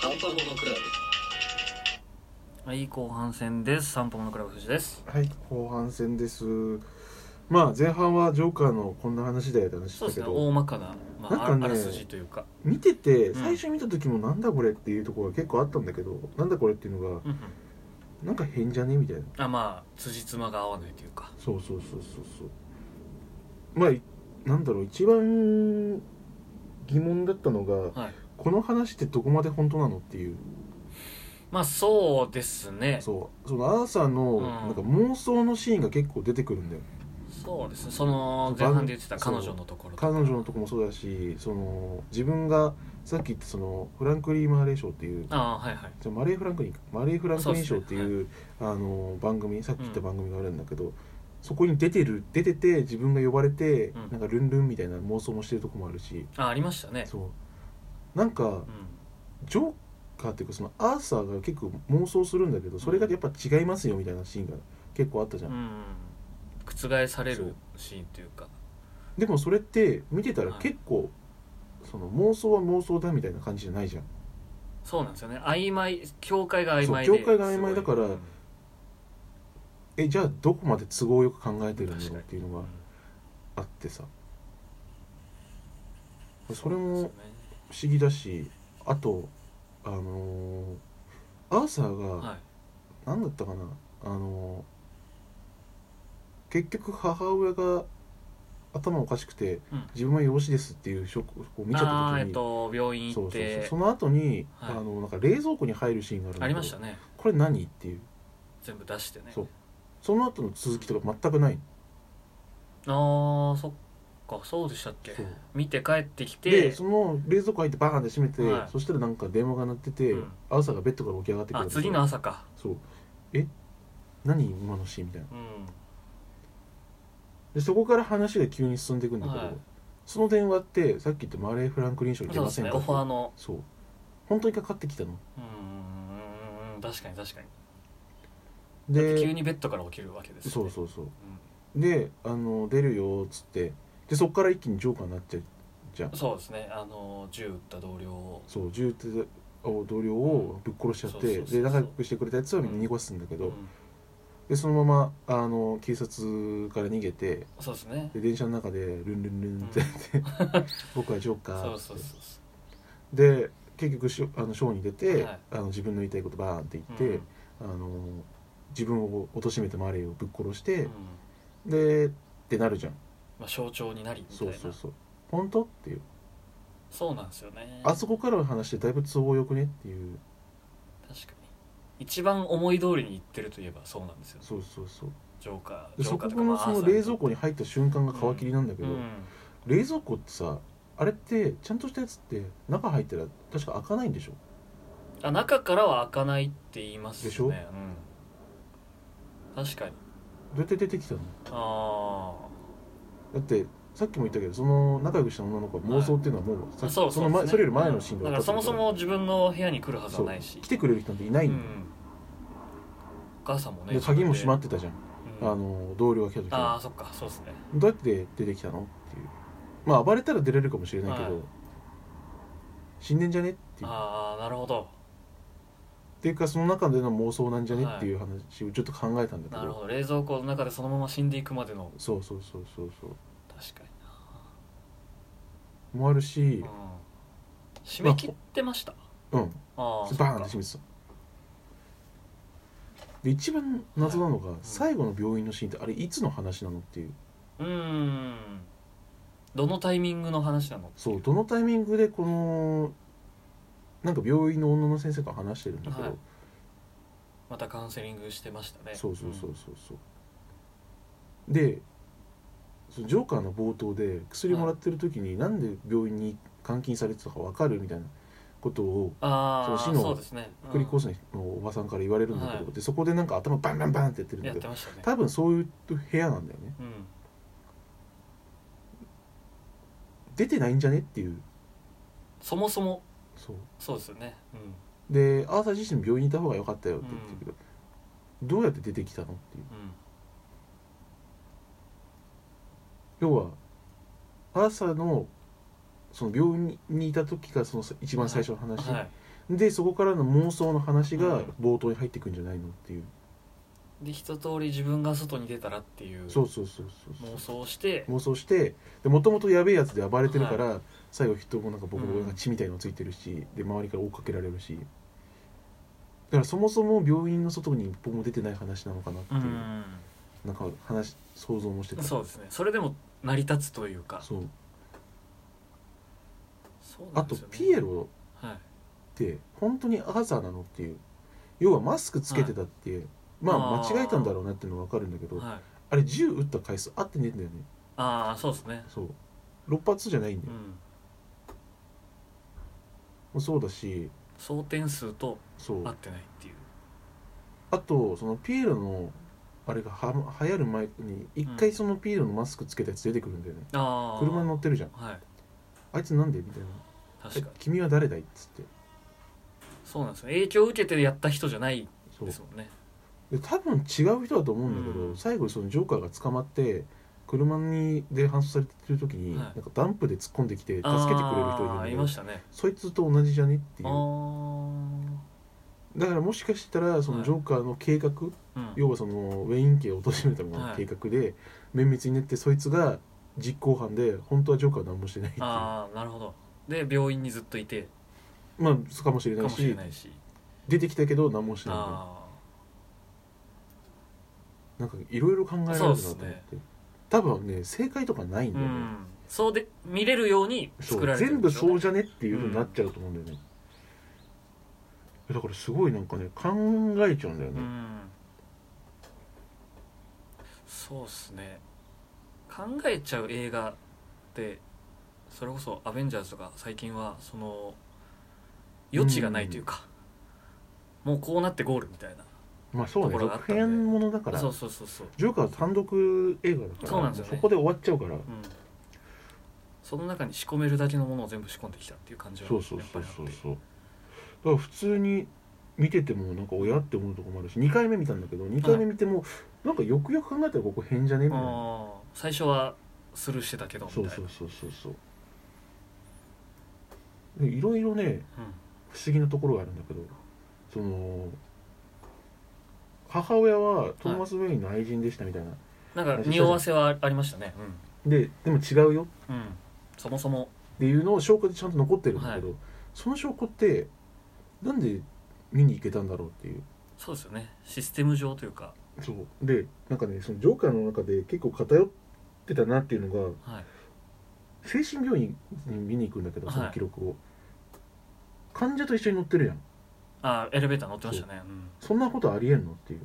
散歩のクラブはい後半戦です散歩のクラブ藤ですはい後半戦ですまあ前半はジョーカーのこんな話だよって話しそうたですけねど、大まかな,、まあ、なんかねあらすじというか、見ててうん最初見た時もなんだこれっていうところが結構あったんだけど、なんだこれっていうのがうんうんなんか変じゃねみたいなあまあ辻褄が合わないというかそうそうそうそうそうまあいなんだろう一番疑問だったのがはいこの話ってどこまで本当なのっていうまあそうですねそそうそのアーサーのうんなんか妄想のシーンが結構出てくるんだようですねその前半で言ってた彼女のところとか彼女のとこもそうだしその自分がさっき言ったそのフランクリー・マーレー賞っていうああはいはいじゃあマレー・フランクリンかマレー・フランクリン賞ってそういうあの番組さっき言った番組があるんだけど、そこに出てる出てて自分が呼ばれて、うんなんかルンルンみたいな妄想もしてるとこもあるしあありましたねそうなんかうジョーカーっていうかそのアーサーが結構妄想するんだけどそれがやっぱ違いますよみたいなシーンが結構あったじゃん、ん、うん、覆されるシーンというかでもそれって見てたらはい結構その妄想は妄想だみたいな感じじゃないじゃんそうなんですよね曖昧境界が曖昧でそう境界が曖昧だからすごいえじゃあどこまで都合よく考えてるんだ確かろうにっていうのうがんあってさそれそうもですよね不思議だしあとあのーアーサーがはい何だったかな、あのー結局母親が頭おかしくて、うん自分は養子ですっていうショックを見ちゃあったあー時えにっ、と病院そ行うっそうそうてその後に、はいあのなんか冷蔵庫に入るシーンがあるんだあけりどましたねこれ何っていう全部出してねそうその後の続きとか全くないああそっかそうでしたっけそう見て帰ってきてでその冷蔵庫入ってバーンって閉めて、はいそしたらなんか電話が鳴ってて、うんアーサーがベッドから起き上がってくるあんだけど次の朝かそうえ何今のシーンみたいなうんでそこから話が急に進んでいくんだけど、はいその電話ってさっき言ったマレー・フランクリン賞に出そうまですせんねかオファーのそう本当にかかってきたのうーん確かに確かにだって急でにベッドから起きるわけですよそうねそうそううんであの出るよっつってでそこから一気にジョーカーになっちゃうじゃんそうですねあの銃撃った同僚をそう銃手を同僚をぶっ殺しちゃっそうて、そうそうそうで仲良くしてくれたやつはみんな濁すんだけど、うんでそのままあの警察から逃げてそうですねで電車の中でルンルンルンってやって、 僕はジョーカーっそうそうてそうそで結局ショあのショーに出て、はいあの自分の言いたいことバーンって言っうて、あの自分を貶めてマレーをぶっ殺してうん、でってなるじゃんまあ、象徴になりみたいそうなそうそう本当っていうそうなんですよねあそこからの話でだいぶ都合よくねっていう確かに一番思い通りにいってるといえばそうなんですよそうそうそうジョーカーでジョそーカーことかのまあその冷蔵庫に入った瞬間がうん皮切りなんだけうど、ん冷蔵庫ってさあれってちゃんとしたやつって中入ったら確か開かないんでしょあ中からは開かないって言いますねでしょうん、確かにどうやって出てきたのあだってさっきも言ったけどその仲良くした女の子は妄想っていうのはもう、あさそうのう前ですねそれより前のシーンうでんだ終かわらったそんもだそも自分の部屋に来るはずそはうないし来てくれる人なんていなういの、んお母さんもねで鍵も閉まっってたじゃん、うん、あの同僚が来た時あはあそっかそうですねどうやって出てきたのっていうまあ暴れたら出れるかもしれないけど、はい死んでんじゃねっていうっああなるほどていうかその中での妄想なんじゃね、はいっていう話をちょっと考えたんだけなどるほど冷蔵庫の中でそのまま死んでいくまでのそうそうそうそうそう確かもあるにしな、うん、締め切ってました、うんああそっかバーンって閉めてたで一番謎なのが、最後の病院のシーンってあれいつの話なのっていううーんどのタイミングの話なのそうどのタイミングでこのなんか病院の女の先生と話してるんだけど、はいまたカウンセリングしてましたねそうそうそうそうそうでそのジョーカーの冒頭で薬もらってる時になんで病院に監禁されてたか分かるみたいなことをああそそう死のうですね、うん福利厚生のおばさんから言われるんだけど、はでそこでなんか頭バンバンバンってやってるんだやっけてどましたね多分そういう部屋なんだよねうん出てないんじゃねっていうそもそもそうそうですよね、うんでアーサー自身病院にいた方が良かったよって言ってるけど、どうやって出てきたのっていううん、要はアーサーのその病院にいた時がその一番最初の話、はいでそこからの妄想の話うがん冒頭に入ってくんじゃないのっていう、で一通り自分が外に出たらっていうそうそうそうそう妄想をして妄想してもともとやべえやつで暴れてるから、最後人もなんかボコボコうんなんか血みたいのついてるし、で周りから追っかけられるしだからそもそも病院の外に一歩も出てない話なのかなってういう、んなんか話想像もしてたそうですねそれでも成り立つというかそうそうなあんでとすよねピエロはいって本当にアーサーなのっていう要はマスクつけてたっていう、まああー間違えたんだろうなっていうのは分かるんだけどあはいれ銃撃った回数合ってねえんだよねああそうですねそう6発じゃないんだうよ、んもうそうだし総点数とそう合っあてないっていうとそのピエロのあれがは流行る前に一う回んそのピエロのマスクつけたやつ出てくるんだよね、ああ車に乗ってるじゃんはいあいつなんでみたいな確かにえ君は誰だいっつってそうなんですよ影響を受けてやった人じゃないそうですもんねで多分違う人だと思うんだけど、うん最後そのジョーカーが捕まって車にで搬送されてる時に、はいなんかダンプで突っ込んできて助けてくれる人あーいいるんだまけどしたねそいつと同じじゃねっていああうだからもしかしたらそはのいジョーカーの計画、うん要はそのウェイン家を貶めるための計画で、綿密に練ってそいつが実行犯で本当はジョーカーは何もしてないっていうああなるほどで病院にずっといてまあそうかもしれかないもししれないし出てきたけど何もしてなああいなんかいろいろ考えられるなと思そっうて、ですね多分ね正解とかないんだうよね、ん、そうで見れるようにそ作うられてる全ん部でしょそううねじゃねっていうふうになっちゃうと思うんだよね、だからすごいなんかね考えちゃうんだようね、んそうっすね考えちゃう映画ってそれこそ「アベンジャーズ」とか最近はその余地がないというか、もうこうなってゴールみたいなまあそとうねころがあっ続たんで編ものだからそうそうそうそう、ジョーカーは単独映画だからそうなんですよねもこで終わっちゃうから、うん、その中に仕込めるだけのものを全部仕込んできたっていう感じはそやうっそうぱそうりあっそてうそうだから普通に見ててもなんか親って思うとこもあるし2回目見たんだけど2回目見ても、なんかよくよく考えたらここ変じゃねみたいなあー最初はスルーしてたけどみたそいうなそうそうそうそうでいろいろねうん不思議なところがあるんだけどその母親はトーマス・ウェインの愛人でしたみたいな、なんか匂わせはありましたねででも違うようん、うん、そもそもっていうのを証拠でちゃんと残ってるんだけど、その証拠ってなんで見に行けたんだろうっていうそうですよねシステム上というか、そうでなんかねそのジョーカーの中で結構偏ってたなっていうのがはい、精神病院に見に行くんだけどはいその記録を、患者と一緒に乗ってるやんあエレベーター乗ってましたねそんなことありえんのっていう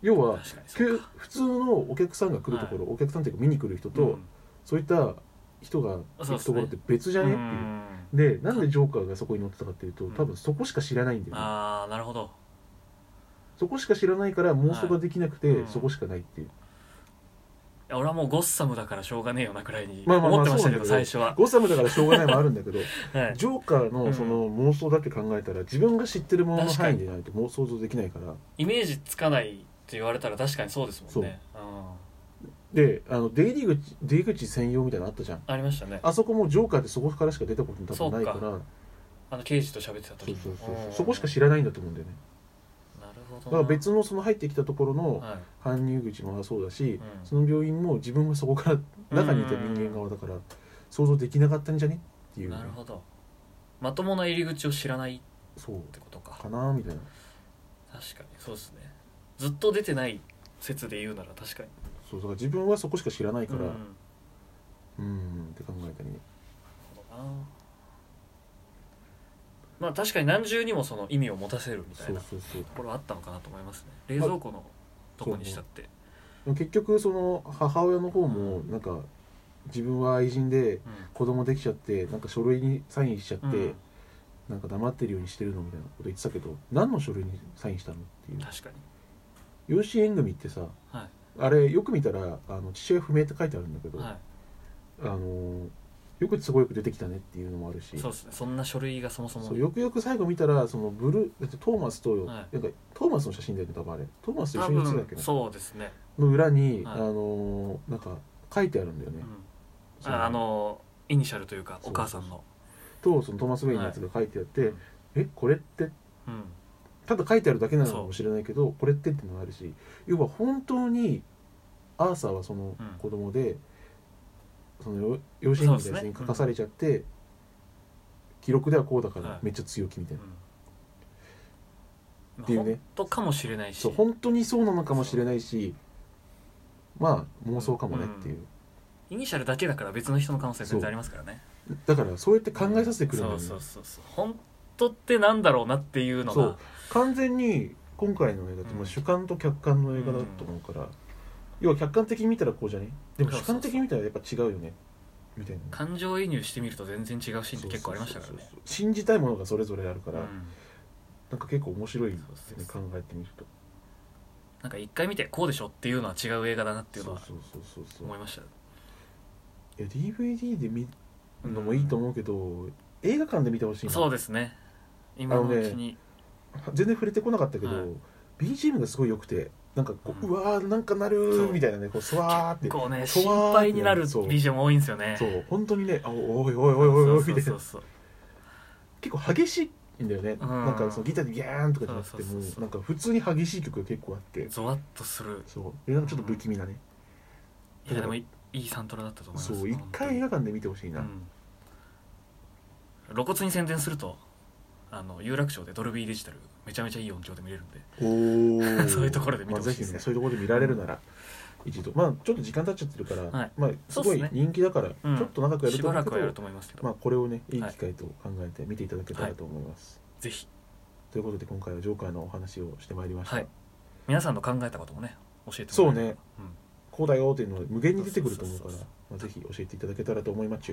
要うん、は確かにそ普うか普通のお客さんが来るところ、お客さんっていうか見に来る人と、うんそういった人が行くところって別じゃねっていううんでなんでジョーカーがそこに乗ってたかっていうとうん多分そこしか知らないんだよね、ああなるほどそこしか知らないから妄想ができなくて、はいうんそこしかないっていういや俺はもうゴッサムだからしょうがねえよなくらいにまあまあまあ思ってましたけどそうなん最だ初は、ゴッサムだからしょうがないもあるんだけどはい、ジョーカーのその妄想だけ考えたら自分が知ってるものの範囲でないともう想像できないからイメージつかないって言われたら確かにそうですもんねうんであの出入り口出入り口専用みたいなのあったじゃんありましたねあそこもジョーカーってそこからしか出たこと多分ないからそあの刑事と喋ってたそ時うそうそうそううんそこしか知らないんだと思うんだよねなるほどだなから別のその入ってきたところのはい搬入口もそうだし、うんその病院も自分はそこから中にいた人間側だから想像できなかったんじゃねっていうなるほどまともな入り口を知らないっそうてことかかなみたいな確かにそうですねずっと出てない説で言うなら確かにそうだから自分はそこしか知らないからうんうんって考えたりねなるほどなまあ確かに何重にもその意味を持たせるみたそいうなとそうそうころはあったのかなと思いますね冷蔵庫のとこにしたってでも結局その母親の方もなんか自分は愛人でう子供できちゃってなんか書類にサインしちゃって、ん、うんなんか黙ってるようにしてるのみたいなこと言ってたけど何の書類にサインしたのっていう確かに養子縁組ってさはあれよく見たらあの父親不明って書いてあるんだけいど、はあのーよくすごいよく出てきたねっていうのもあるしいそうですねそんな書類がそもそもそうよくよく最後見たらそのブルーだってトーマスと、はなんかトーマスの写真だよね多分あれトーマスと一多緒に写ってたっけ分なそうですね、の裏に、はいあのーなんか書いてあるんだようね、んそああのイニシャルというかそうお母さんのとそのトーマス・ウェインのやつが書いてあって、はいえこれってうんただ書いてあるだけなのかそもうしれないけどこれってっていうのがあるし要は本当にアーサーはそのうん子供で、そのよ養子縁組みたいなやつに書かされちゃって、記録ではこうだからはいめっちゃ強気みたいな、うんっていうねまあ本当かもしれないしそう本当にそうなのかもしれないしまあ妄想かもねっていう、イニシャルだけだから別の人の可能性全然ありますからねだからそうやって考えさせてくるんだよね、そうそうそうそう本当ってなんだろうなっていうのそがう完全に今回の映画ってもう主観と客観の映画だと思うから、要は客観的に見たらこうじゃねでもそう主そうそう観的に見たらやっぱ違うよねみたいな感情移入してみると全然違うシーンって結構ありましたからそうねそうそう信じたいものがそれぞれあるから、うんなんか結構面白いよねそうそうそ考えてみるとなんか一回見てこうでしょっていうのは違う映画だなっていうのはそうそうそうそう思いましたいや DVD で見るのもいいと思うけど、映画館で見てほしいなそうですね今のうちに全然触れてこなかったけど、はい BGM がすごい良くてなんかこう、ううんわーなんかなそるうみたいなねこうスワーって結構ねそわー心って配になるそうビジョン多いんですよねそう本当にねあおいおいおいおいおいみたいそなうそうそう結構激しいんだよね、うんなんかそのギターでギャーンとかじゃなくそうてそもうそうそうなんか普通に激しい曲が結構あっそてうゾワッとするそうでなんかちょっと不気味なね、いやでもいいいいサントラだったと思いますそう一回映画館で見てほしいな、うん露骨に宣伝するとあの有楽町でドルビーデジタルめちゃめちゃいい音響で見れるんでお ーそういうところで見てほしいですねまあぜひねそういうところで見られるなら一度まあちょっと時間経っちゃってるから、はいまあすそうっごすいね人気だから、うんちょっと長くやしるとば思らうくけどはやると思いますけど、まあこれをねいいはい機会と考えて見ていただけたらと思います、ぜひということで今回はジョーカーのお話をしてまいりました、はい皆さんの考えたこともね教えてそうれればねうんこうだよっていうのは無限に出てくると思うかそうらそうそうそうまあぜひ教えていただけたらと思います